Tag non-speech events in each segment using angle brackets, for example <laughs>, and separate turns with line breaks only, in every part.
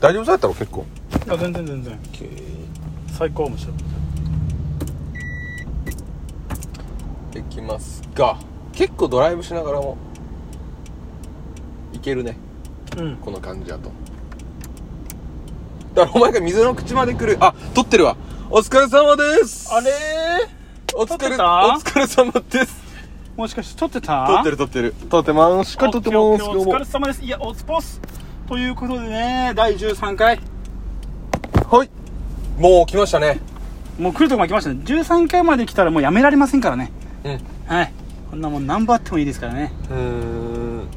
大丈夫そうやったろ結構
いや全然全然最高むしろ
できますが結構ドライブしながらもいけるね
うん
この感じだとだからお前が水の口まで来るあ撮ってるわお疲れ様です
あれ
お疲
撮って
れお
た
疲れ様です
もしかして撮ってた
撮ってる撮ってる撮ってますしっかり撮ってま
オッ
す
ケー
今
オッケー
日
お疲
も
れ様ですいやおつぽすということでね第13回
はいもう来ましたね
もう来るとこまで来ましたね13回まで来たらもうやめられませんからね
うんう
はいこんなもん何本あってもいいですからね
ーん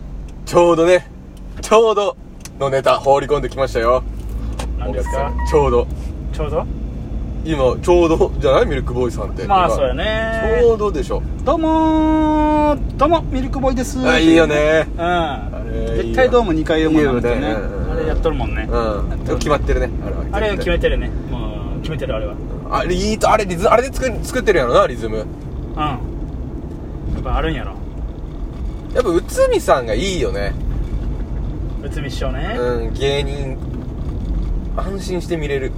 ちょうどねちょうどのネタ放り込んできましたよ
何です
お
か
客さんちょうど
ちょうど
今ちょうどじゃないミルクボーイさんって
まあ
今
そうや
ちょ
ね
うどでしょ
どうもーどうもミルクボーイです
あいいよね
うん
れ
絶対どうも2回読むなんだよ
いい
ね
よねうん
あれやっとるもんね
うん決まってるねあれは
あれは決め
て
てるねもう決めてるあれは
あれいいとあれリズムあれで作る作ってるやろなリズム
うんやっぱあるんやろ
やっぱ内海さんがいいよね
内海師匠ね、
うん芸人安心して見れる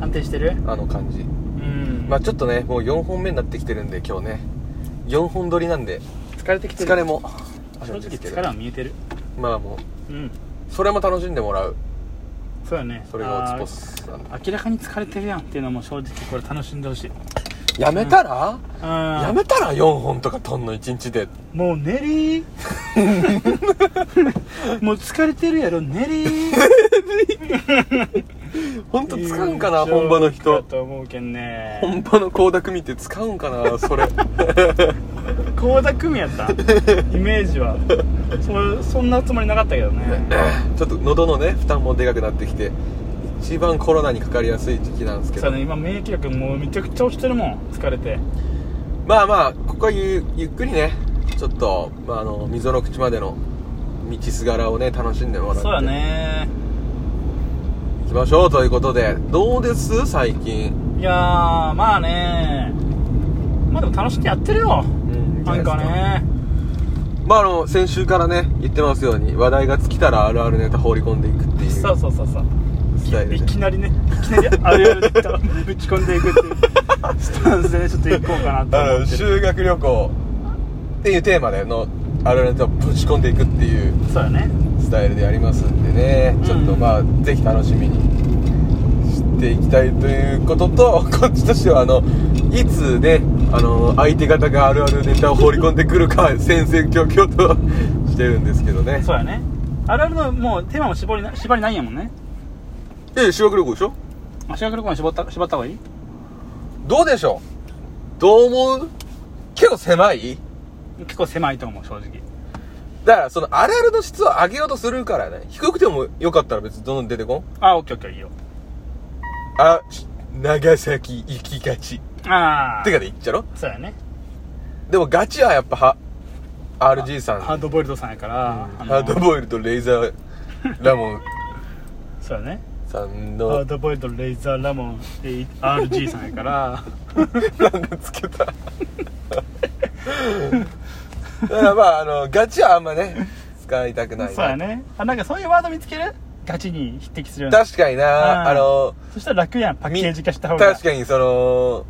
安定してる
あの感じ
うん、
まあちょっとねもう4本目になってきてるんで今日ね4本撮りなんで
疲れてきてる
疲れもあ
正
る
直
んですけ
疲れ
ど
は見えてる
まあも
うん
うそれも楽しんでもらう
そうだね
それがオツポスなんで
あー明らかに疲れてるやんっていうのも正直これ楽しんでほしい
やめたらや
や
めたら4本とか撮んの1日で
もう練
<laughs>
りもう疲れてるやろ練り
本当使うんかな本場の
だ
人
と思うけんね
本場の倖田來未って使うんかなそれ <laughs>
倖田來未やったイメージはそそんなつもりなかったけどね
ちょっと喉のね負担もでかくなってきて一番コロナにかかりやすい時期なんですけ
そ
ど
うね今免疫力もうめちゃくちゃ落ちてるもん疲れて
まあまあここはゆゆっくりねちょっと、まあ、あの溝の口までの道すがらをね楽しんでもらって
そうやね
行きましょうということでどうです最近
いやーまあねまあでも楽しんでやってるよ
うん
なんかね
まああの先週からね言ってますように話題が尽きたらあるあるネタ放り込んでいくっていうス
そうそうそうそう
タイル
い
で
きなりねいきなりあるあるネタをぶち込んでいくっていうスタンスでねちょっと行こうかなと
あ
思
の
ってる
修学旅行っていうテーマでのあるあるネタをぶち込んでいくっていう
そうやね
スタイルでやりますんでね、
うん
ちょっとまあぜひ楽しみにしていきたいということとこっちとしてはあのいつねあの相手方があるあるネタを放り込んでくるか戦々恐々としてるんですけどね
そうやねあるあるのもうテーマも絞りな縛りないんやもんね
え修学旅行でしょ
あ修学旅行に絞った縛った方がいい
どうでしょうどう思う結構狭い
結構狭いと思う正直
だからそのあるあるの質を上げようとするからね低くてもよかったら別にどんどん出てこん
あオッケーオッケーいいよ
あし長崎行きがち
ああ
てかで行っちゃろ
そうやね
でもガチはやっぱは RG さん
ハードボイルドさんやから、あの
ハードボイルとレイザーラモン
そうやね
さん
ハー
の
ドボイルドレイザーラモンえー RG さんやから
なんかつけただからまああのガチはあんまね使いたくない
そうや
な
ねあなんかそういうワード見つけるガチに匹敵するような
確かに
うん
なあの
そしたら楽やんパッケージ化した方が
確かにその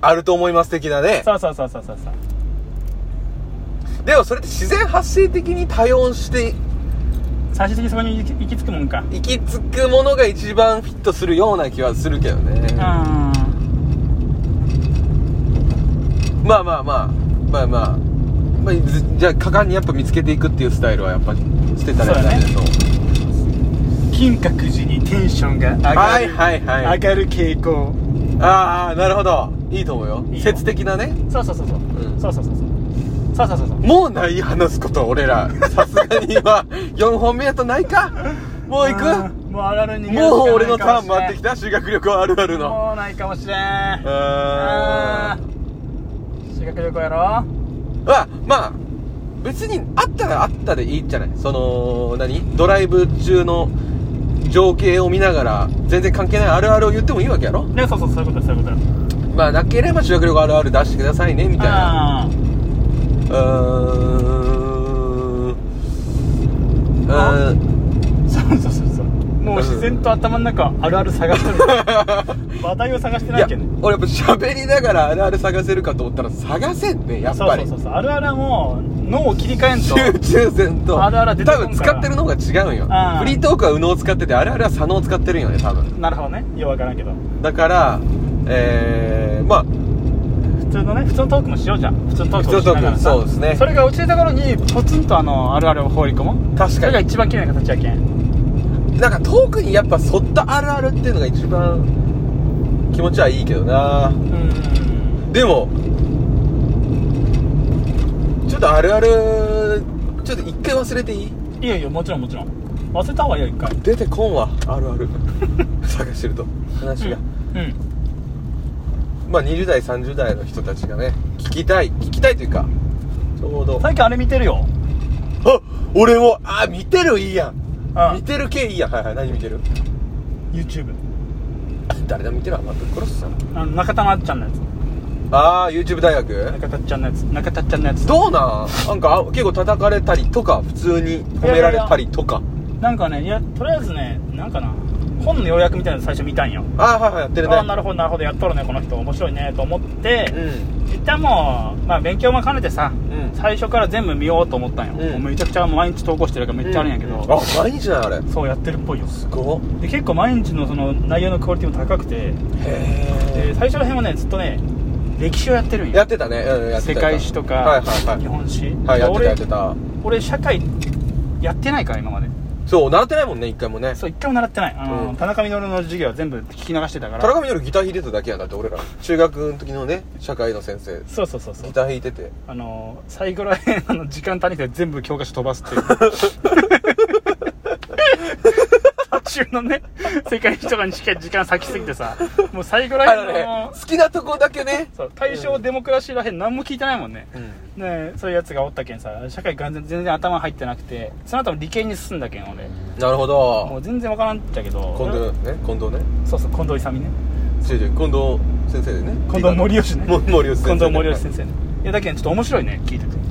あると思います的なね
そうそうそうそうそうそう
でもそれって自然発生的に多用して
最終的にそこに行き行き着くもんか
行き着くものが一番フィットするような気はするけどね
あ
まあまあまあまあまあ、まあ、ずじゃあ果敢にやっぱ見つけていくっていうスタイルはやっぱ捨てたらいいんだけど
ー金閣寺にテンションが上がる、
はいはいは
上
い
がる傾向
ああなるほどいいと思うよ
いいよ
説的なね
そうそうそうそう、
ん
そうそうそうそうそうそうそうそう
もうない話すこと俺らさすがに今4本目やとないかもう行
あ
く
ーもうあるあるに逃げるしか
もう俺の
な
ター
いか
ン
もし
回
れん
ってきた修学旅行あるあるの
もうないかもしれん
うー
あ
ん
ー修学旅行やろ
はまあ別にあったらあったでいいんじゃないその何ドライブ中の情景を見ながら全然関係ないあるあるを言ってもいいわけやろ
ねそうそうそういうことそういうこと
まあなければ修学旅行あるある出してくださいねみたいな
あ
う
ー
ーんうーん
そうそうそうそう然と頭の中あるある探してる話題を探して
い
ない
や
けどね
俺やっぱ喋りながらあるある探せるかと思ったら探せんねやっ
そう
ぱ
そう
り
そうそうあるあるはもう脳を切り替えんと
集中戦と
あるあるは出てこん
多
から
分使ってるのが違うんよ
あー
フリートークは右脳を使っててあるあるは左脳を使ってるんよね多分
なるほどねようわからんけど
だからえー、まあ
普通のね普通のトークもしようじゃん普通のトークもしながら
普通
さ
のトークそうですね
それが落ちるところにポツンとあのあるあるを放り込む
確
それ
か
が
に
一番綺麗な形やけん
なんか遠くにやっぱそったあるあるっていうのが一番気持ちはいいけどな
うん
でもちょっとあるあるちょっと一回忘れていい
いいよいいよもちろんもちろん忘れた方がいいよ一回
出てこんわあるあ <laughs> る探してると話が、
うん、うん
まあ20代30代の人たちがね聞きたい聞きたいというかちょうど
最近あれ見てるよ
あ俺もあ見てるいいやん
あ
見てる系いいやんはいはい何見てる
YouTube
誰だ見てるあまたクロスさん
あの中田なっちゃんのやつ
ああ YouTube 大学
中田っちゃんのやつ中田っちゃんのやつ
どうなんなんかあ結構叩かれたりとか普通に褒められたりとか
なんかねいやとりあえずねなんかな本の要約みたいなの最初見たんよ
ああはいはいやってる
ああ
ね
なるほどなるほどやっとるねこの人面白いねと思って、
うん
一旦もう、まあ、勉強も兼ねてさ、
ん
最初から全部見ようと思ったんよ、
うん
もうめちゃくちゃ毎日投稿してるからめっちゃあるんやけど、
あ毎日なんあれ
そうやってるっぽいよ
すごっ
で結構毎日のその内容のクオリティも高くて、で
へ
最初ら辺はねずっとね歴史をやってるん
え
よ
やってたねうんやって
世
たやってた
界史とか、
はいはい
日
はい
本史、
はいやってた
俺
やってた
俺社会やってないから今まで
そう習ってないもんね一回もね
そう一回も習ってないあの、
うん
田中稔の授業は全部聞き流してたか
田
ら
中みよりギター弾いてただけやんだって俺ら中学の時のね社会の先生
そうそうそうそう
ギター弾いてて
あの最後らへんあの時間足りて全部教科書飛ばすっていう途中のね世界史とかにしか時間割きすぎてさもう最後
あ
らへん
の
の
ね好きなとこだけね
そう大正デモクラシーらへん何も聞いてないもんね、
うん
ねそういうやつがおったけんさ社会が全然頭入ってなくてその後も理系に進んだけん俺
なるほ
も
ど
う全然わからんっちゃけど
近藤ね近藤ね
そうそう近藤勇ね
違う違う近藤先生でね
近藤森吉ね
も森吉先生
近藤森吉先生ねいやだけどちょっと面白いね聞いてて、うん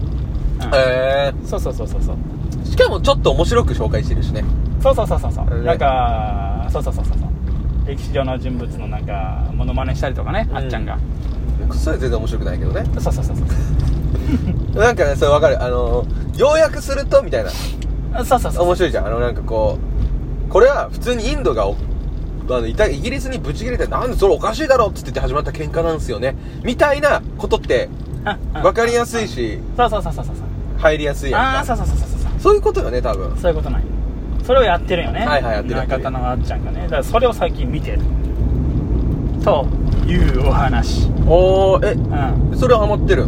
え
そうそうそうそうそう
ー、しかもちょっと面白く紹介してるしね
そうそうそうそうそう、
ね
なんかそうそうそうそうそう歴史上の人物のなんかモノマネしたりとかね、
うん
あっちゃんが
それ全然面白くないけどね
そうそうそうそう
なんかねそれわかるあの要約するとみたいな
あそうそうそう
面白いじゃんあのなんかこうこれは普通にインドがおあのイタイギリスにぶち切れてなんでそれおかしいだろっつって言って始まった喧嘩なんですよねみたいなことって
ああ
分かりやすいし
そうそうそうそうそうそう
入りやすいやんか
ああそうそうそうそうそう
そういうことよね多分
そういうことないそれをやってるよね
はいはいやってるやって
中
る
田のあっちゃんがねだからそれを最近見てるというお話
おー
うん、
えそれはハマってる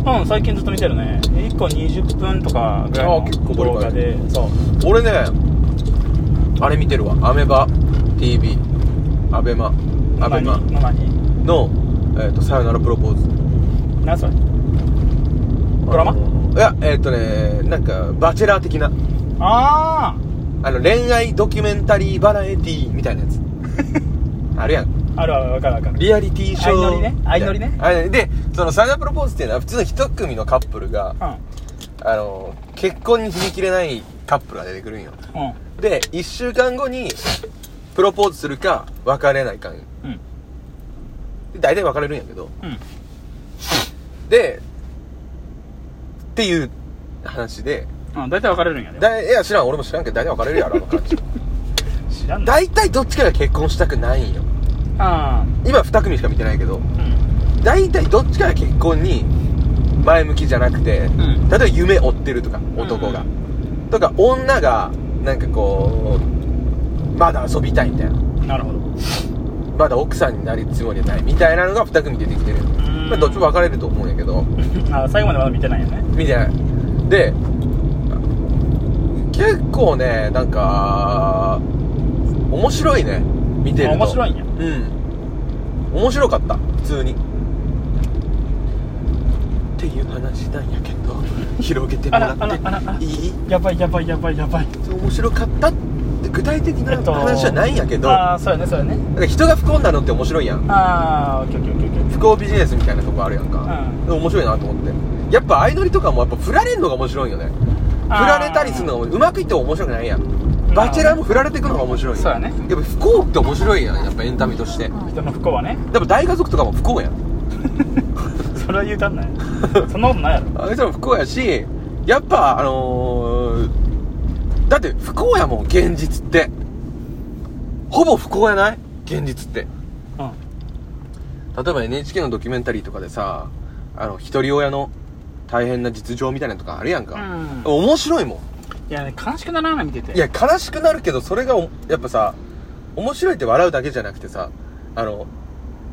うん、最近ずっと見てるね1個20分とかぐらい
あー結構
の
ボリ
動
バ
画
リ
でそう
俺ねあれ見てるわアメバ TV アベマアベマ
の何
の「えー、とさよならプロポーズ」
何それドラマ
あのいやえっ、とねなんかバチェラー的な
ああ
あの恋愛ドキュメンタリーバラエティーみたいなや
<laughs>
つあるやん
あるあるわかるわかる
リアリティショー
相乗りね相乗りね
相乗りでそのサヨナラプロポーズっていうのは普通の一組のカップルが
うん
あの結婚に踏み切れないカップルが出てくるんよ
う
で1週間後にプロポーズするか別れないかに
んうん
で大体別れるんやけど
うん
でっていう話で
うん大体分かれるんやで
だいいや知らん俺も知らんけど大体別れるやろあの感じ
知らんの
大体どっちかが結婚したくないんよ
あ
今2組しか見てないけど
あうん
大体どっちかが結婚に前向きじゃなくて、
ん
例えば夢追ってるとか男が、
う
とか女がなんかこうまだ遊びたいみたいな
なるほどう
まだ奥さんになるつもりはないみたいなのが2組出てきてる、
ーん
まあ、どっちも分かれると思うんやけど
あー最後までまだ見てないよね
みたいなで結構ねなんか面白いね見てると
あ面白いんや
うん面白かった普通にっていう話なんやけ
<laughs>
ど広げてもらって
あらあらあらあら
いい
やばいやばいやばいやばい
そう面白かったって具体的な話じゃないんやけど、
ああそうやねそうやね
なんか人が不幸になるのって面白いやん
ああオッケーオッケーオッケーオッケー
不幸ビジネスみたいなとこあるやんか、
うん
でも面白いなと思ってやっぱ相乗りとかもやっぱ振られるのが面白いんよね振られたりするのが面白いうまくいっても面白くないやんバチェラーも振られていくのが面白いよ
そうやね
やっぱ不幸って面白いやんやっぱエンタメとして
人の不幸はね <laughs>
でも大家族とかも不幸やん
それは言うた
<laughs>
んないそんなことないやろ
あいつらも不幸やしやっぱあのーだって不幸やもん現実ってほぼ不幸やない現実って
うん
例えば NHK のドキュメンタリーとかでさあの一人親の大変な実情みたいなのとかあるやんか、
うん
面白いもん
いやね悲しくならない見てて
いや悲しくなるけどそれがおやっぱさ面白いって笑うだけじゃなくてさあの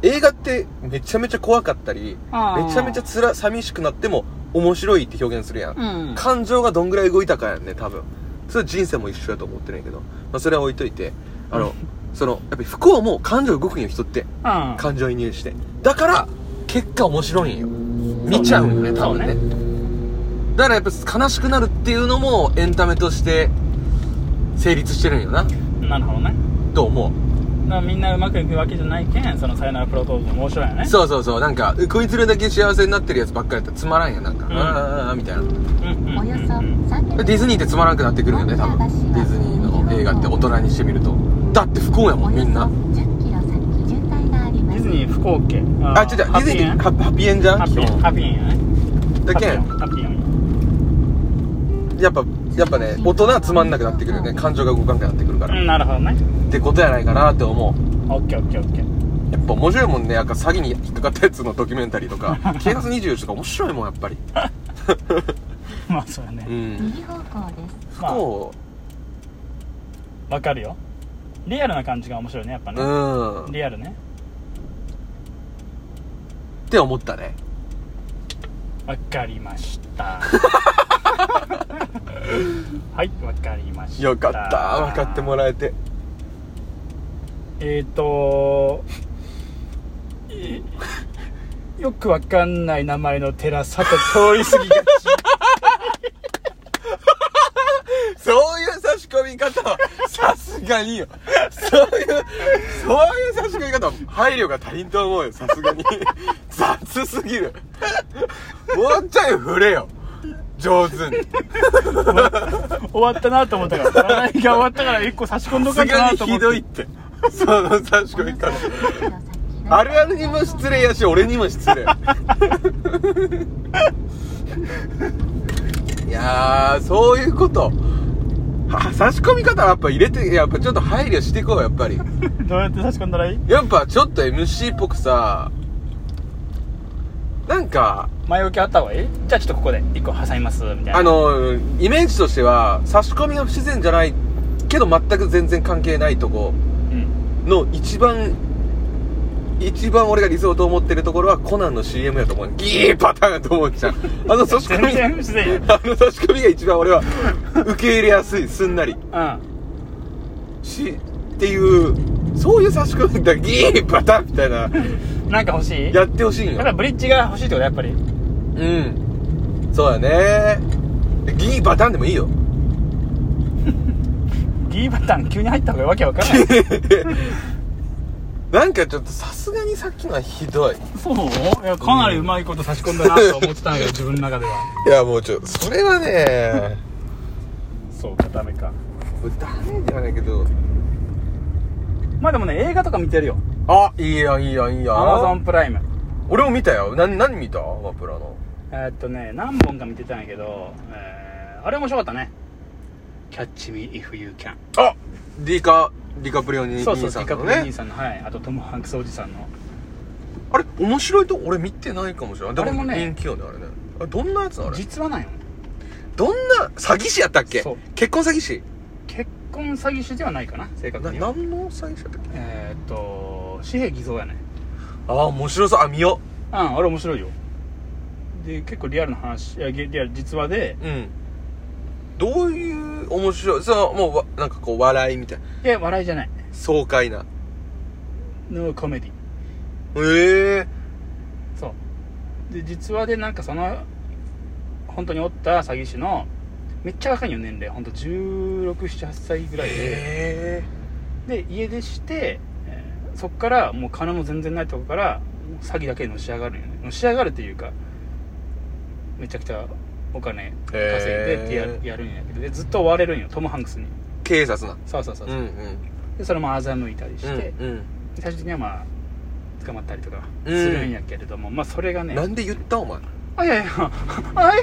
映画ってめちゃめちゃ怖かったり
あー
めちゃめちゃつら寂しくなっても面白いって表現するやん、
うん
感情がどんぐらい動いたかやんね多分それ人生も一緒やと思ってるんやけど、まあ、それは置いといてあ
<laughs>
のそのやっぱり不幸も感情動くんよ人って
うん
感情移入してだから結果面白いんよ見ちゃうんよね多分ね
そ
だからやっぱ悲しくなるっていうのもエンタメとして成立してるんよな
なるほどね
と思
だからみんなうまくいくわけじゃないけんそのさよならプロポーズも面白いよね
うそうそうそうなんかこいつらだけ幸せになってるやつばっかりやったらつまらんやんなんか、
うん
ああみたいな
うんうんうん
およそ300
ディズニーってつまらなくなってくるよね多分ディズニーの映画って大人にしてみるとだって不幸やもんみんな
およそ10キロ先渋滞があり
デ
ま
ィ
す
ズニー不幸系
あちょっとディズニーってハ
ハ
ッハッピーエンじゃん
ッピー
基
エン
本
ハッピーエンやね
だけん
ハッピーエン
やっぱやっぱね大人はつまんなくなってくるよね感情が動かなくなってくるから、
うんなるほどね
ってことやないかなって思う
オッケーオッケーオ <laughs> ッケー
やっぱ面白いもんねなんか詐欺に引っかかったやつのドキュメンタリーと
<laughs>
か「警察24時」とか面白いもんやっぱり
まあそうやね
うん
右方向です
不
まあ
幸
わかるよリアルな感じが面白いねやっぱ
う
ね
んっ
リアルね
て思ったね
わかりました
<laughs>
はいわかりました
よかった分かってもらえて
えっ、ー、とえよくわかんない名前の寺さと通り過ぎがち
そういう差し込み方はさすがによそういうそういう差し込み方は配慮が足りんと思うよさすがに <laughs> 雑すぎるもうちょい振れよ上手
<laughs>
に
終わったなと思ったから <laughs> 笑いが終わったから一個差し込んど
さ
か
す
んか
が
な
に
と思
ひ
って
どいってその差し込み方
10キロ先
あるあるにも失礼やし俺にも失礼いやーそういうことは差し込み方はやっぱ入れてやっぱちょっと配慮していこうやっぱり
どうやって差し込んだらいい
やっぱちょっと MC っぽくさなんか
前置きあった方がいいじゃあちょっとここで一個挟みますみたいな
あのイメージとしては差し込みが不自然じゃないけど全く全然関係ないとこ
うん
の一番一番俺が理想と思ってるところはコナンの CM やと思うギーパターンやと思う
<laughs>
じゃんあの差し込
全然不
み
自然や
<laughs> あの差し込みが一番俺は受け入れやすいすんなり
うん
しっていうそういう差し込みだギーパターンみたいな
なんか欲しい
や
や
ってほしいん
っぱ
よ
ブリッジが欲しいってことやっぱり
うんそうだねギーパターンでもいいよ
D パターン急に入った方がわけわかんない
なんかちょっとさすがにさっきのはひどい
<laughs> そういやかなりうまいこと差し込んだなと思ってたんだけど自分の中ではい
やもうちょっとそれは
<laughs>
ね
そうかダメか
ダメじゃないけど
まあでもね映画とか見てるよ
あいいやんいいやんいいやん
アマゾンプライム
俺も見たよ何何見たアマプラの
えーっとね何本か見てたんやけど、えーあれ面白かったね「キャッチ・ミー・イフ・ユー・キャン
あディカディカプリオ」に
そうそう
兄さ
ディ
んの
カプリオ
ね
兄さんのはいあとトム・ハンクスおじさんの
あれ面白いと俺見てないかもしれないで
あれもね
人気よねあれねあれどんなやつなのあれ
実話なんよ
どんな詐欺師やったっけ
そう
結婚詐欺師
結婚詐欺師ではないかな正確
な
には
何の詐欺師やったっけ
えーっと紙幣偽造やね
ああ面白そうあ見よ
うんあれ面白いよで結構リアルな話いやリアル実話で
ううんどういう面白いそのもうわなんかこう笑いみたいない
や笑いじゃない
爽快な
のコメディ
ええ
そうで実話でなんかその本当におった詐欺師のめっちゃ若いよ年齢本当1617歳ぐらいで、
え
で家出して、えーそっからもう金も全然ないとこからもう詐欺だけのし上がるんよねのし上がるっていうかめちゃくちゃお金稼いでってやる,、
へー
やるんやけどでずっと追われるんよトム・ハンクスに
警察な
そうそうそう
う
そ
ん
う、
うん
でそれも欺いたりして、
うん
最終的にはまあ捕まったりとかす
うん
るんやけれども、まあそれが
う
ね
んなんで言ったお前
あいやいや <laughs> あれ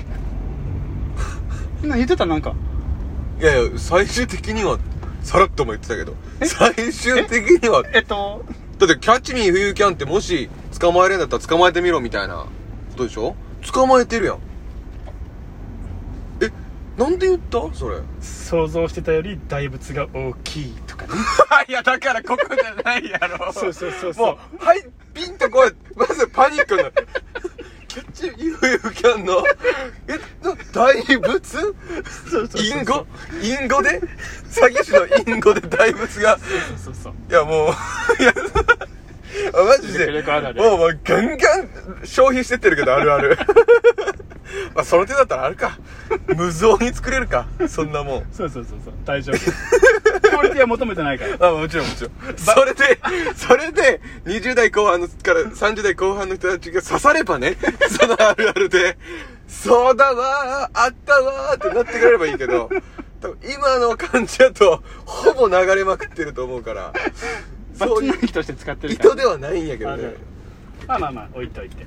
今言ってたなんか
いやいや最終的にはさらっとも言ってたけど最終的には
えっと
だって「キャッチ・ミー・フユー・キャン」ってもし捕まえれんだったら捕まえてみろみたいなことでしょ捕まえてるやんえなんで言ったそれ
想像してたより大仏が大きいとかね
<laughs> いやだからここじゃないやろ
そうそうそうそう
もうはいピンとこうまずパニックになるキャッチ・ミー・フユー・キャンのえな大仏
そうそうそう
インゴインゴで詐欺師のインゴで大仏が
そうそうそう
いやもういやあマジで
迫力あるある
もうもうガンガン消費してってるけどあるある <laughs> まあその手だったらあるか無造に作れるかそんなもん
そうそうそうそう大丈
<laughs>
夫クオリティは求めてないから
あもちろんもちろんそれでそれで20代後半のから30代後半の人たちが刺されば
<laughs>
ねそのあるあるでそうだわーあったわーってなってくれればいいけど多分今の感じだとほぼ流れまくってると思うから
バッ
そう
チ
い
リ
う
の人として使ってる
意
から
図ではないんやけど
あるあ
ね
るまあまあまあ置いといて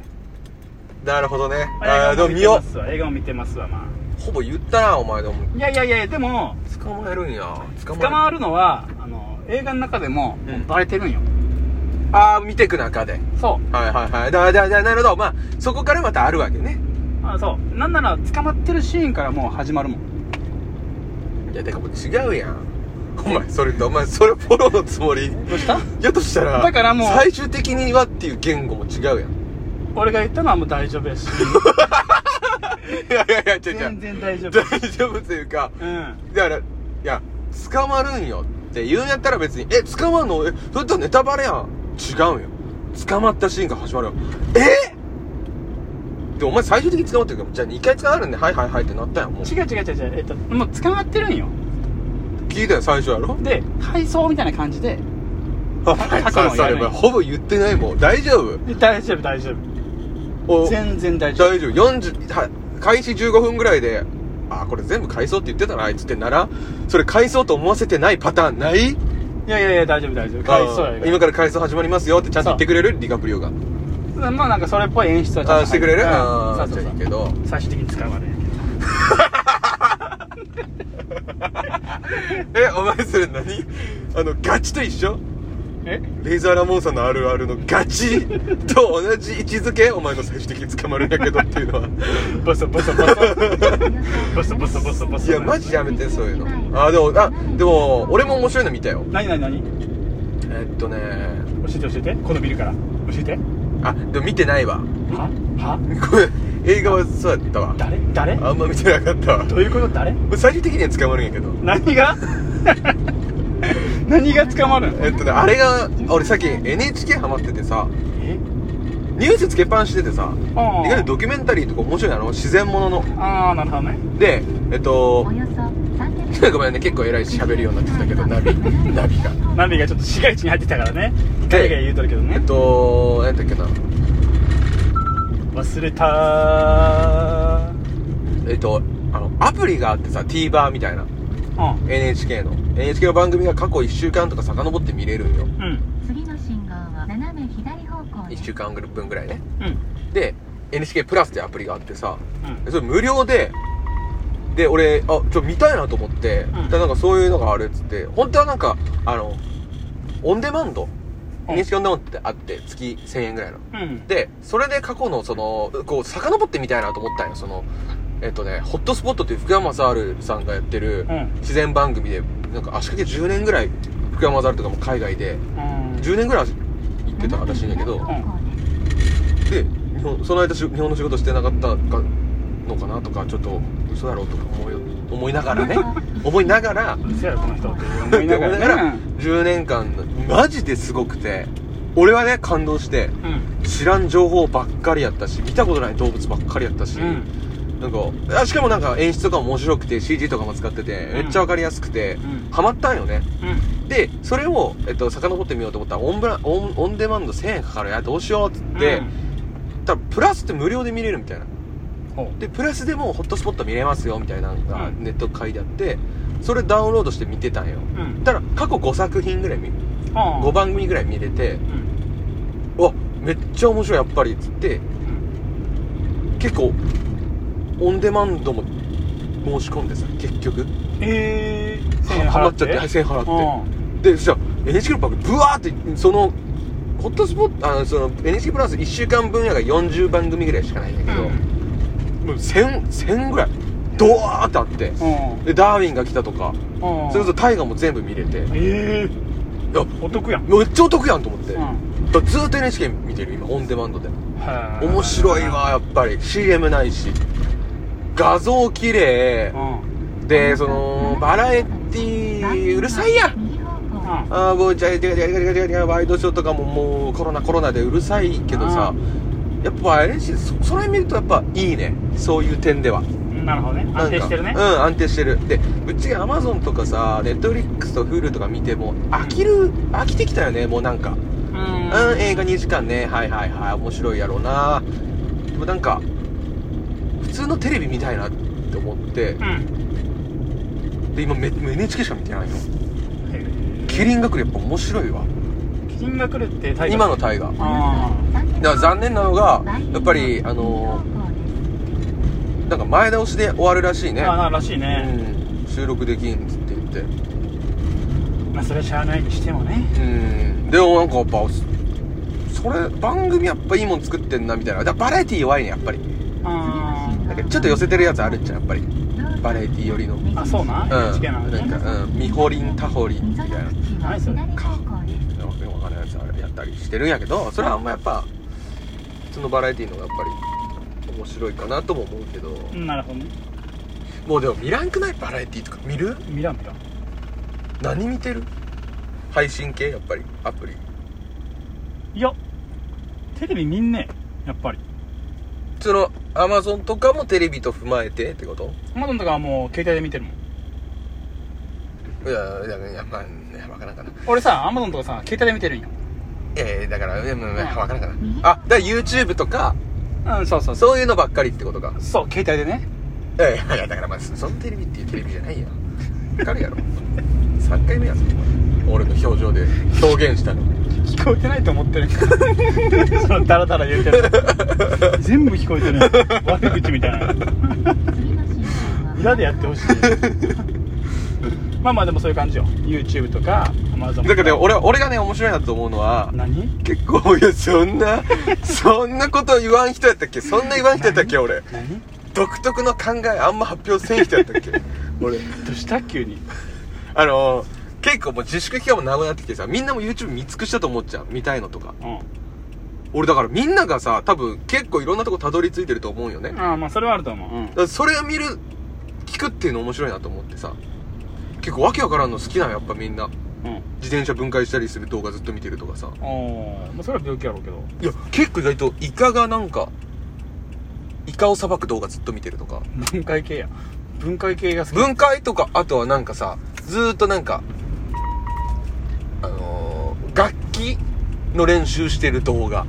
なるほどねあ
ま
あ
あ
でも見よ
う映画も見てますわま
うほぼ言ったなお前でも
あいやいやいやでも
捕まえるんや捕まえ
捕
る
まるのはあの映画の中でも
うん
もうバレてるんよ、
ああ見てく中で
そ
はいはいはいだだだなるほどまあそこからまたあるわけね
うあそうなんなら捕まってるシーンからもう始まるもん
いやだからもう違うやんお前それとお前それフォローのつもり
どうした
やとしたら
だからもう
最終的にはっていう言語も違うやん
<laughs> 俺が言ったのはもう大丈夫やし
いやいやいや違う違
全
う
然大丈夫
大丈夫というか
うん
だからいや捕まるんよって言うんやったら別にえ捕まんのえそれとネタバレやん違うんよ捕まったシーンが始まるよえでお前最終的に捕まってるからじゃあ2回捕まるんではいはいはいってなったやんもう
違う違う違う違うえっともう捕まってるんよ
聞いたよ最初やろ
で配送みたいな感じで
お前
過去
さ
の
<laughs> そ
や
れ
る
お前ほぼ言ってないもん大丈夫
で大丈夫大丈夫
お
全然大丈夫
大丈夫40は開始15分ぐらいであこれ全部返そうって言ってたなあいつってならそれ返そうと思わせてないパターンない
いやいやいや大丈夫大丈夫返そう
あ
や
ー今から回想始まりますよってちゃんと言ってくれるディカプリオが
らまあなんかそれっぽい演出はちゃん
あ
と
ーしてくれる
うん
あ
そ
あ
うそ
じ
う
ゃ
そ
あいういけど
最終的に捕まるんやけど
えお前それ何 <laughs> あのガチと一緒
え
レイザーラモンさんのあるあるのガチ <laughs> と同じ位置づけお前の最終的に捕まるんやけどっていうのは <laughs>
ボソボソ <laughs> ボソボソボソボソボ
い
ソ
やマジやめてそういうのあーでもあでも俺も面白いの見たよ
何何何
えっとね
教えて教えてこのビルから教えて
あでも見てないわ <laughs>
はは
これ映画はそうだったわ
誰誰
あんま見てなかったわ
どういうこと誰
最終的には捕まるんやけど
何 <laughs> が何が捕まるの
えっとねあれが俺さっき NHK ハマっててさ
え
ニュースつけっぱなしでてさ意
あ
外とドキュメンタリーとか面白いのあの自然ものの
ああなるほどね
でえっと
およそ300
ごめんね結構偉い喋るようになってきたけ
<laughs>
どナビナビが
ナビがちょっと市街地に入ってきたからねガヤガヤ言うとるけど
え
ね
っと何だっけな
忘れたー
えっとあのアプリがあってさ TVer みたいな
う
NHK の NHK の番組が過去1週間とか遡って見れるんよ
んうん
次の信号は斜め左方向で
1
す
週間分ぐらいね
うん
で NHK プラスってアプリがあってさ
うん
それ無料でで俺あちょ見たいなと思って、
ん
でなんかそういうのがあるっつって本当はなんかあのオンデマンド
うん
NHK オンデマンドってあって月1000円ぐらいの
うん
でそれで過去のそのこう遡ってみたいなと思ったんよそのえっとねホットスポットっていう福山雅治さんがやってる
うん
自然番組でなんか足掛け10年ぐらい福山雅治とかも海外で
うん
10年ぐらい足行ってたらしいんだけど
斜め左方向です
で日本その間し日本の仕事してなかったかのかなとかちょっと嘘だろうとか思い思いながらね思いながら
うるせえやろこの人って
思
思
い
い
な
な
が
が
ら
ら
10年間マジですごくて俺はね感動して
うんうん
知らん情報ばっかりやったし見たことない動物ばっかりやったし、
うん
なんかあしかもなんか演出とかも面白くて CG とかも使っててめっちゃ分かりやすくて、
うん
ハマったんよね
うん
でそれを、えっと、遡ってみようと思ったらオンブラオンオンデマンド1000円かかるやどうしようっつって、ただプラスって無料で見れるみたいな
うんほう
でプラスでもうホットスポット見れますよみたいなのが
うん
ネット書いてあって、それダウンロードして見てたんよ
うん
たら過去5作品ぐらい見
ああ
5番組ぐらい見れて
う
う
ん
わめっちゃ面白いやっぱりっつって結構オンデマンドも申し込んでさ結局
ええ
はまっちゃって1000円払ってでそしたら NHK のパックブワーってそのホットスポットあのその NHK プラス1週間分やが40番組ぐらいしかないんだけど、もう1000 1000ぐらいドワーってあってでダーウィンが来たとか
うんうん
それこそ大河も全部見れてい
ええ
や
お得やん
めっちゃお得やんと思って、
う
だか
ん
らずっと NHK 見てる今オンデマンドで
はあ
面白いわやっぱり CM ないし画像綺麗
うん
でそのバラエティーうるさいやん
右方
う
向
ん
ああもうじゃあじゃあじゃあじゃあじゃあじゃあワイドショーとかももうコロナコロナでうるさいけどさやっぱ NHK そその辺見るとやっぱいいねそういう点では
なるほどね安定してる
な
ね
んかうん安定してるでうち Amazon とかさ Netflix と Hulu とか見ても飽きる飽きてきたよねもうなんか
う
うん映画2時間ねはいはいはい面白いやろうなでもなんか普通のテレビ見たいなって思って
うん
で今めもう NHK しか見てないの
へえ
キリンが来るやっぱ面白いわ
金が来るって大河
今の大河だか
あ
ら残念なのがやっぱりあの
ー
なんか前倒しで終わるらしいね
ああらしいうね、
ん収録できんっつって言って
まあそれはしゃあないにしてもね
うんでもなんかやっぱそれ番組やっぱいいもん作ってんなみたいなだからバラエティー弱いねやっぱり
あ
なんかちょっと寄せてるやつあるんじゃんやっぱりバラエティー寄りのう
あそうなん NHK なのね
なんかうんみほりんたほりんみたいな
何それ
わけわかんないやつあれやったりしてるんやけどそれはあんまやっぱそのバラエティーのがやっぱり面白いかなとも思うけど
うんなるほどね
もうでも見らんくないバラエティーとか見る
見らん見らん
何見てる配信系やっぱりアプリ
いやテレビ見んねやっぱり
そのアマゾンとかもテレビと踏まえてってこと
マドンとかはもう携帯で見てるもん
いやいやいやまあねわからんかな
俺さアマゾンとかさ携帯で見てるんよ
いやいやだからいやまあまあわからんかな
うん
あだから YouTube とか
うんそうそうそ
そういうのばっかりってことか
うそう携帯でね
いやいやいやだからまあそそのテレビっていうテレビじゃないよわかるやろ3回目やぞ今俺の表情で表現したの
聞こえてないと思ってる <laughs> そのダラダラ言うてる全部聞こえてる悪口みたいな裏でやってほしいまあまあでもそういう感じよ YouTube とか Amazon
だからね俺は俺がね面白いなと思うのは
何
結構いやそんなそんなこと言わん人やったっけそんな言わん人やったっけ俺
何
独特の考えあんま発表せん人やったっけ俺
どうした急に
あのー結構もう自粛期間も長くなってきてさみんなも YouTube 見尽くしたと思っちゃう見たいのとか
うん
俺だからみんながさ多分結構いろんなとこたどり着いてると思うよねだか
ああまあそれはあると思う、うん、
らそれを見る聞くっていうの面白いなと思ってさ結構わけわからんの好きなのやっぱみんな
う
自転車分解したりする動画ずっと見てるとかさ
ん、おーまあそれは病気やろうけど
いや結構意外とイカがなんかイカをさばく動画ずっと見てるとか
分解系や分解系が好き
分解とかあとはなんかさずーっとなんかあのー楽器の練習してる動画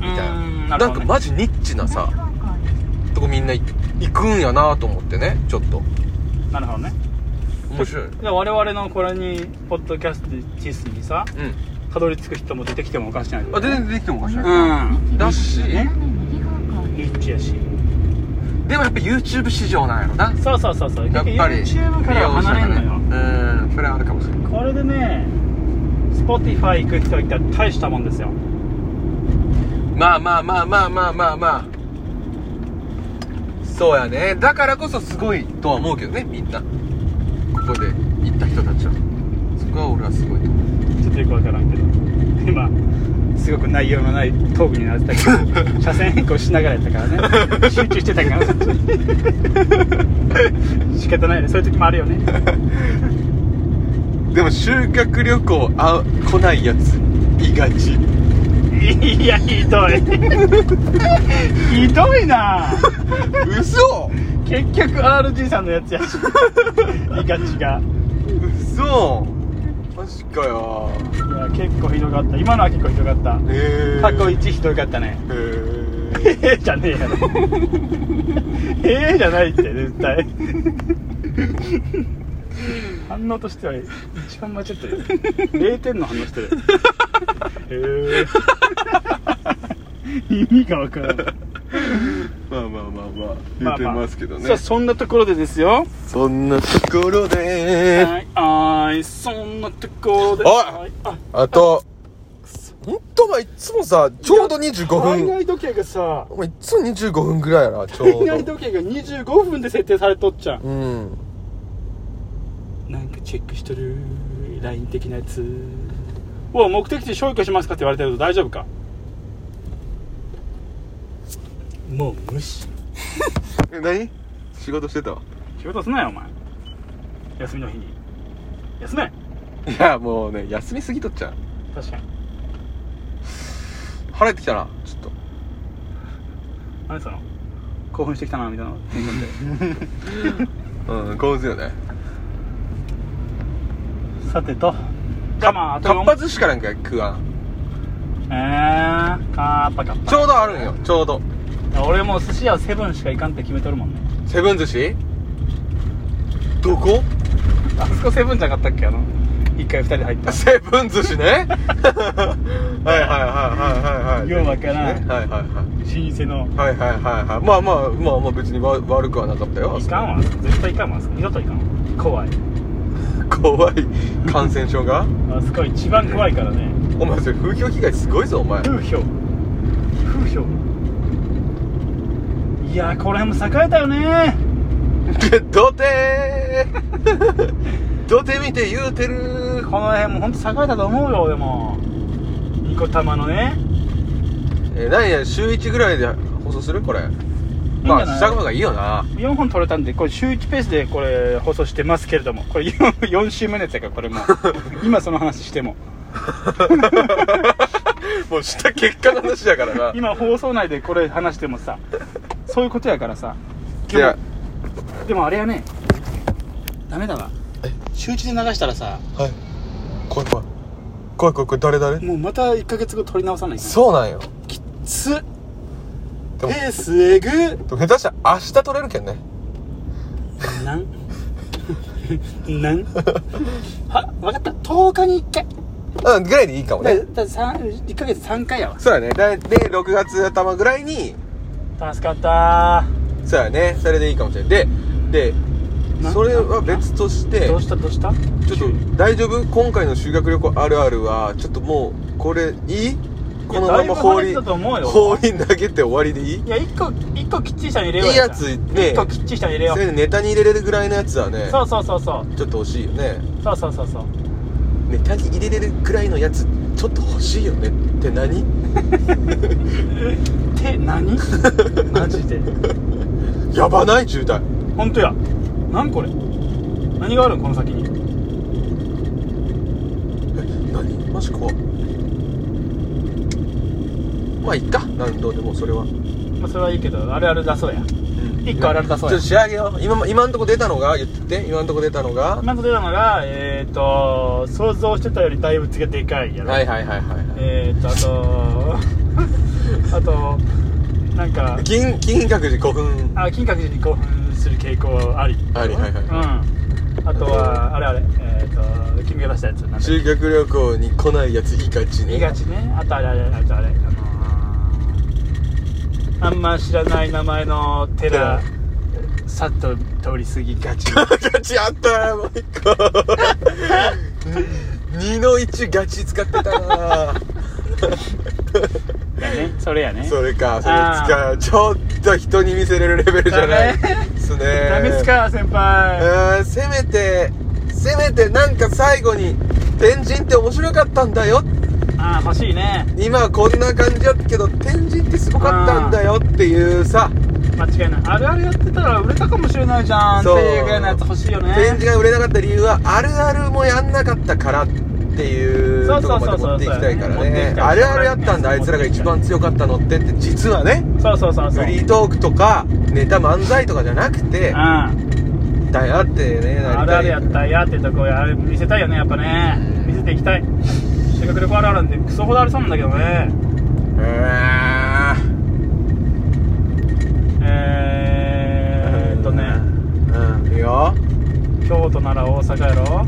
み
みたいな
な
なんか
ま
マジニッチなさとこみんな行くんやなと思ってねちょっと
なるほどね
面白いうん
じゃあ我々のこれにポッドキャストチスにさたどり着く人も出てきてもおかしくない
あ全
然
然出てきても面白い
うん
だし
リッチやし
でもやっぱ YouTube 市場なんやろな
そうそうそうそう
やっぱり
YouTube からは離れんのよ、
ようんそれはあるかもしれない
これでね Spotify 行く人がいたら大したもんですよ
まあまあまあまあまあまあまあそうやねだからこそすごいとは思うけどねみんなここで行った人たちはそこは俺はすごいと思う
ちょっとよくわからんけど今すごく内容のないトークになってたけ <laughs> ど車線変更しながらやったからね集中してた <laughs> からそっちに仕方ないねそういう時もあるよね
でも修学旅行あ来ないやついがち
<laughs> いやひどい <laughs> ひどい <laughs> な
嘘
結局 RG さんのや <laughs> つやしいがちが
嘘マジかよ
いや結構ひどかった今のは結構ひどかった
へえ
過去一ひどかったね
へ
え
ー
<laughs> えじゃねえやろええじゃないって絶対 <laughs> 反応としては一番間違ってる0点の反応してるへえ <laughs> 意味がわからない
まあまあまあまあ
ま
言
あ
うてますけどね、
さあそんなところでですよ
そんなところで
はいはいそんなところで
おい
はいあ
あと本当はいつもさちょうど25
体
分
内時計がさ
お前いつも25分ぐらいやなちょ
体
う
内
ど
時計が25分で設定されとっちゃう
うん
なんかチェックしとる LINE 的なやつおい目的地消去しますかって言われてると大丈夫かもう無視
え何仕事してたわ
仕事すなよお前休みの日に休め
いやもうね休みすぎとっちゃう
確かに
腹減ってきたなちょっと
何その興奮してきたなみたいなテンシ <laughs> ョン
うん興奮するよね
でさてとガマー
かっぱ
と
寿司かなんか食わん
えーカッパカッ
ちょうどあるんよちょうど
パ俺もう寿司屋セブンしか行かんって決めとるもんね
セブン寿司どこ
あそこセブンじゃなかったっけあの一回二人で入った
セブン寿 <laughs> 司ねはいはいはいはいはいはい
ようわからん
はいはいはい
老舗の
はいはいはいはいまあまあまあまあ別にわ悪くはなかったよ
いかんわ絶対いかんわ二度といかんわ怖い
怖い感染症が
あそこ一番怖いからね
お前それ風評被害すごいぞお前
風評風評いやーこれも栄えたよね
<laughs> 土手 <laughs> 土手見て言うてる
この辺も本当栄えたと思うよでもニコ玉のね
えー何や週1ぐらいで放送するこれま
いいんじゃな
あ
い
した方がいいよな <laughs>
4本取れたんでこれ週1ペースでこれ放送してますけれどもこれ <laughs> 4, 週目のやつやからこ
<laughs>
れも今その話しても
もうした結果の話だからな
<laughs> 今放送内でこれ話してもさそういうことやからさ
いや
でもあれやねダメだわ週1で流したらさ
はい怖い怖い怖い怖い怖い誰誰
もうまた1ヶ月後取り直さないと
そうなんよ
つっ
でも
ペースえぐ
でも下手したら明日撮れるけんね
なん <laughs> なんは分かった10日に1回
うんぐらいでいいかもね
だだ三1ヶ月3回やわ
そうやねだで6月頭ぐらいに
助かった
そうやねそれでいいかもしれないでで
な
それは別として
どうしたどうした
ちょっと大丈夫今回の修学旅行あるあるはちょっともうこれいいこのまま放り
だいぶ話したと思うよ
放り投げて終わりでいい
いや1個一個きっちりしたの入れよう
いいやつね
1個きっちりしたの入れよ
それ
う
でネタに入れれるぐらいのやつはね
そうそうそうそう
ちょっと欲しいよね
そうそうそうそう
ネタに入れれるぐらいのやつちょっと欲しいよねって何
て
<laughs>
何マジで
やばない渋滞
本当や何これ何があるんこの先に
え何マジ怖っまあいっかなんとでもそれは
まあそれはいいけどあるあるだそうや一個あるあるだ
ちょ
そ
っ
うや
と仕上げよう今も今んとこ出たのが言ってて今んとこ出たのが
今の出たのがえっ、ー、と想像してたよりだいぶつけでかいやろ、
はいはいはいはい
えっ、ー、と <laughs> あとあとなんか
金金閣寺古墳
あ金閣寺に興奮する傾向あり
ありはいはい
うんあとはあれあれえっ、ー、と君が出したやつなんだっけ
修学旅行に来ないやついがちね
言いがちねあとあれあれあとあれあのー、あんま知らない名前の寺さっと通り過ぎがち
ガチあったもう一個二の一ガチ使ってたな
やねそれやね
それかそれ
あ
使うちょっと人に見せれるレベルじゃない
ダメ
ですね
ダメっすか先輩
うんせめてせめてなんか最後に「天神って面白かったんだよ」
ああ欲しいね
今はこんな感じだけど天神ってすごかったんだよっていうさ
間違いないあるあるやってたら売れたかもしれないじゃんって
そう
いうぐらいのやつ欲しいよね
展示が売れなかった理由はあるあるもやんなかったからっていう
そう
と
そ
こ
うそ
ま
う
で
そ
持
う
っていきたいから
持ってい
ね
きたい
あるあるやったんだあ
そう
いつらが一番強かったのってって実はね
そうそうそうそう
フリートークとかネタ漫才とかじゃなくて
うん
だよってねなり
ある
た
あ
い
るやったやってとこや見せたいよねやっぱね見せていきたい修学旅行あるあるなんてクソほどありそうなんだけどね
う
えー、っとね
ーんうんいいよ
京都なら大阪やろ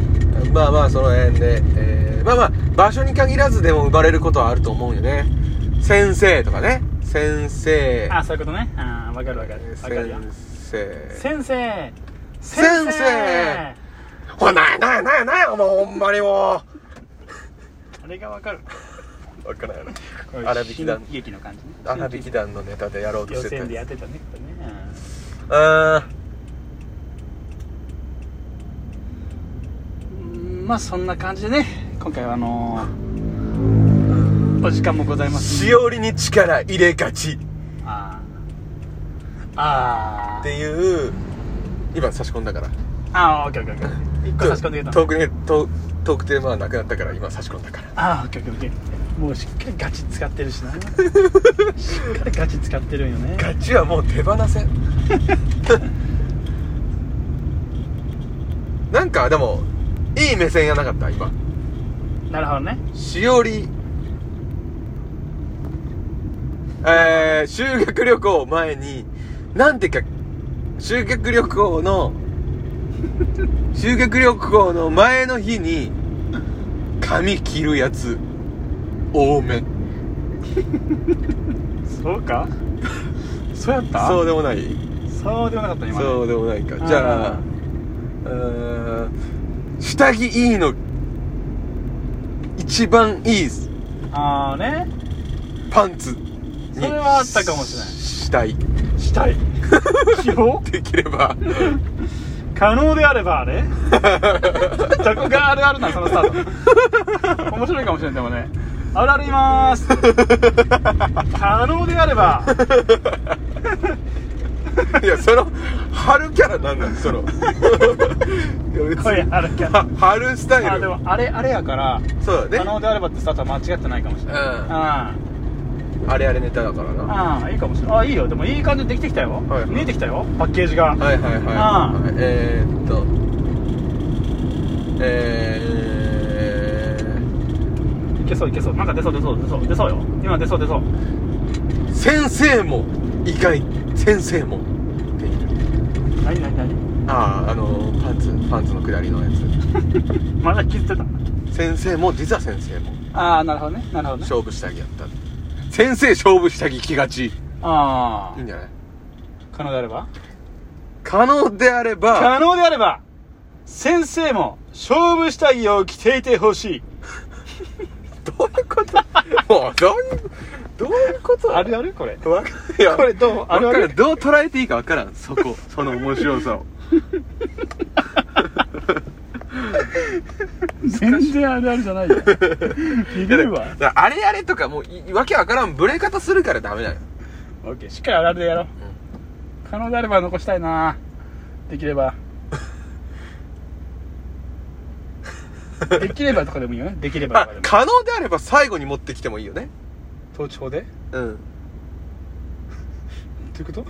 まあまあその辺で、えーまあまあ場所に限らずでも生まれることはあると思うよね先生とかね先生
あそういうことねああ分かる分かる分かるよ
先生
先生
先生ほらなんやなんやなんやなんやお前ほんまにも
あれが分かる
う分からんやろ粗引きだ
喜劇の感じね
荒引き団のネタでやろうと
予
してたや
選
つ
でやってたねこれね
あ
うんまあそんな感じでね今回はあの
ー
ーお時間もございます
しおりに力入れがち
あーあ
っ
ー
ていう今差し込んだから
あーオッケーオッケーオッケー一個差し込んでいた
トークねトートークテーマはなくなったから今差し込んだから
ああオッケーオッケーオッケーもうしっかりガチ使ってるし
<laughs>
なしっかりガチ使ってるんよね
ガチはもう手放
<laughs>
せんなんかでもいい目線やなかった今
なるほどね
しおりえー、修学旅行を前になんてか修学旅行
<laughs>
の修学旅行の前の日に髪切るやつ多め
そうかそうやった
そう
う
でもない
そうではなかった今ね
そうでもないかじゃあうーん下着いいの一番いい
ああね
パンツ
そ
に
れはあったかもしれない
したい
し
<laughs>
たい希望
できれば <laughs>
可能であればあ <laughs> れどこがあるあるなそのスター <laughs> ト面白いかもしれないでもねあるあるいまー <laughs> す可能であれば
いやその春キャラなんなんその <laughs> いや別に
声あるけ <laughs> ど
は春スタイル
あでもあれあれやから、
そうだ
可
ね
能であればってスタートは間違ってないかもしれない
うん
あ
あれあれネタだからなは
あああいいかもしれないあいいよでもいい感じでできてきたよ、
はい
見えてきたよパッケージが、
いはいはいはいえー、っとえ
い、けそういけそうなんか出そう出そう出そう出そうよ今出そう出そう
ー、先生も意外先生もっていう
何何何
あああのーパンツパンツの下りのや
まだ気づいてた
つ先生も実は先生も
ああなるほどねなるほどね
勝負下着やった先生勝負下着着がちい
あ
いんじゃない
あ可能であれば
可能であれば
可能であれば先生も勝負下着を着ていてほしい
どういうこともうどういうどういうこと
あるあるこれ
わかいや
これどうある
わ
ある
からんどう捉えていいかわからんそこその面白さを
全然あるあるじゃないよビビるわ
だからあれあれとかもういわけわからんブレ方するからダメだよ
オッケーしっかりあるあるでやろう、可能であれば残したいなできれ <laughs> ばできればとかでもいいよねできれば
あ
とかでも
可能であれば最後に持ってきてもいいよね
盗聴で
うん
ということ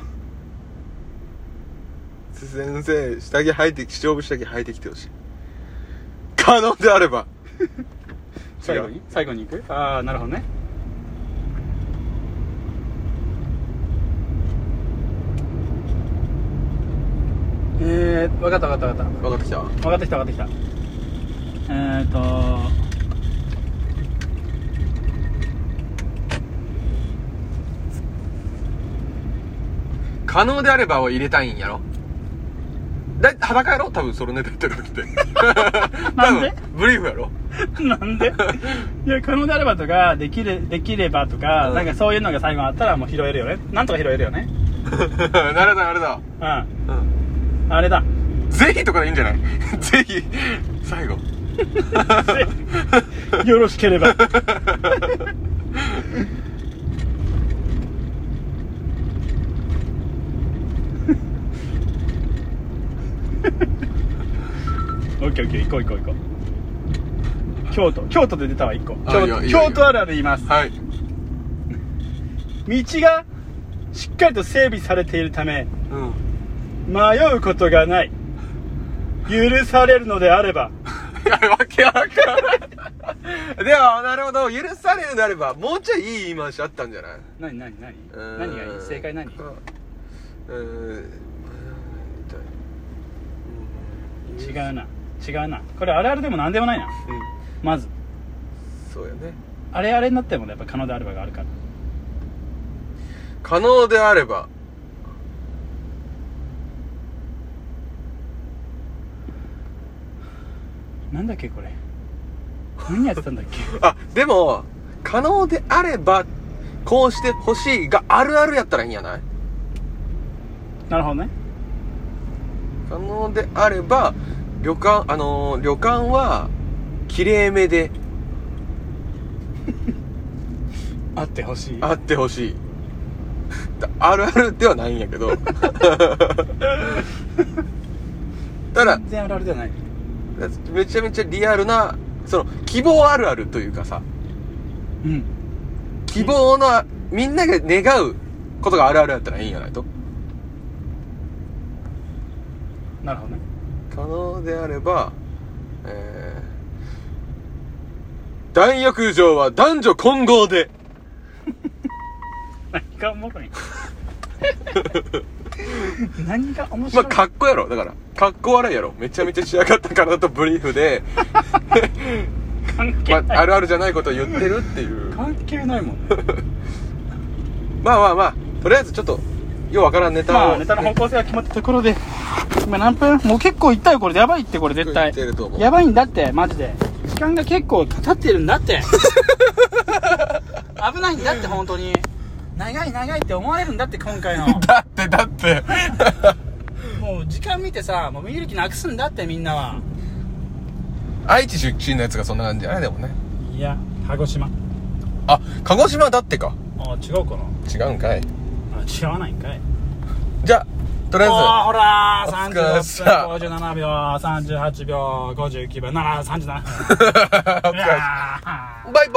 先生下着履いて勝負下着履いてきてほしい可能であれば
最後に最後に行くああなるほどねえー、分かった分かった分かった
分かってきた
分かってきた分かってきたえー、っと <laughs>
可能であればを入れたいんやろだい裸やろ多分そのネタやってる時って
<laughs> なんで
多分ブリーフやろ <laughs>
なんでいや可能であればとかできれできればとか、
うん
なんかそういうのが最後あったらもう拾えるよねなんとか拾えるよね
なるほどなるほど
うん
うん
あれだ
ぜひとかでいいんじゃない <laughs> ぜひ最後
<laughs> よろしければオッケーオッケー行こう行こう行こう京都京都で出たわ1個
あいいよい
京都
いよ
京都あるある言います
はい
道がしっかりと整備されているため
うん <laughs>
迷うことがない許されるのであれば
わけわからん <laughs> ではなるほど許されるなればもうちょいいい言い回しあったんじゃない
<laughs> 何何何
うーん
何がいい正解何
うんうーん痛い
違うな違うなこれあれあれでも何でもないな
うん
まず
そうやね
あれあれになってもやっぱ可能であればがあるから
可能であれば
なんだっけこれ何やってたんだっけ
あでも可能であればこうしてほしいがあるあるやったらいいんやない
なるほどね
可能であれば旅館あのー旅館はきれいめで
あってほしい
あってほしい <laughs> あるあるではないんやけど <laughs> ただ
全然あるあるじゃない
めちゃめちゃリアルなその希望あるあるというかさ
うん
希望のみんなが願うことがあるあるやったらいいんやないと
なるほどね
可能であれば、えー、大浴場は男女混合で
何がおも
<laughs>
ろい何が面
ま
<laughs> 白
あ
い、
かっこやろだからかっこ悪いやろめちゃめちゃ仕上がった体とブリーフで、
関
ま
係
あ、
ない、
あるあるじゃないことを言ってるって
<laughs>
いう
関係ないもんね
まあまあまあとりあえずちょっとようわからんネタを、
まあネタの方向性が決まったところで今何分もう結構いったよこれやばいってこれ絶対
結構いってると思う
やばいんだってマジで時間が結構経ってるんだって危ないんだって本当に長い長いって思われるんだって今回の
だってだ
<laughs>
って
もう時間見てさもう見る気なくすんだってみんなは
愛知出身のやつがそんな感じあれでもね
いや鹿児島
あ鹿児島だってか
あ違うかな
違うんかい
あ違わないんかい
じゃあとり
おー
あ
ほら
お
ー
疲れっ
36
す
分57秒38秒59秒737
え
分
ず <laughs> お疲れ
うわ
バイ
ー
バーイ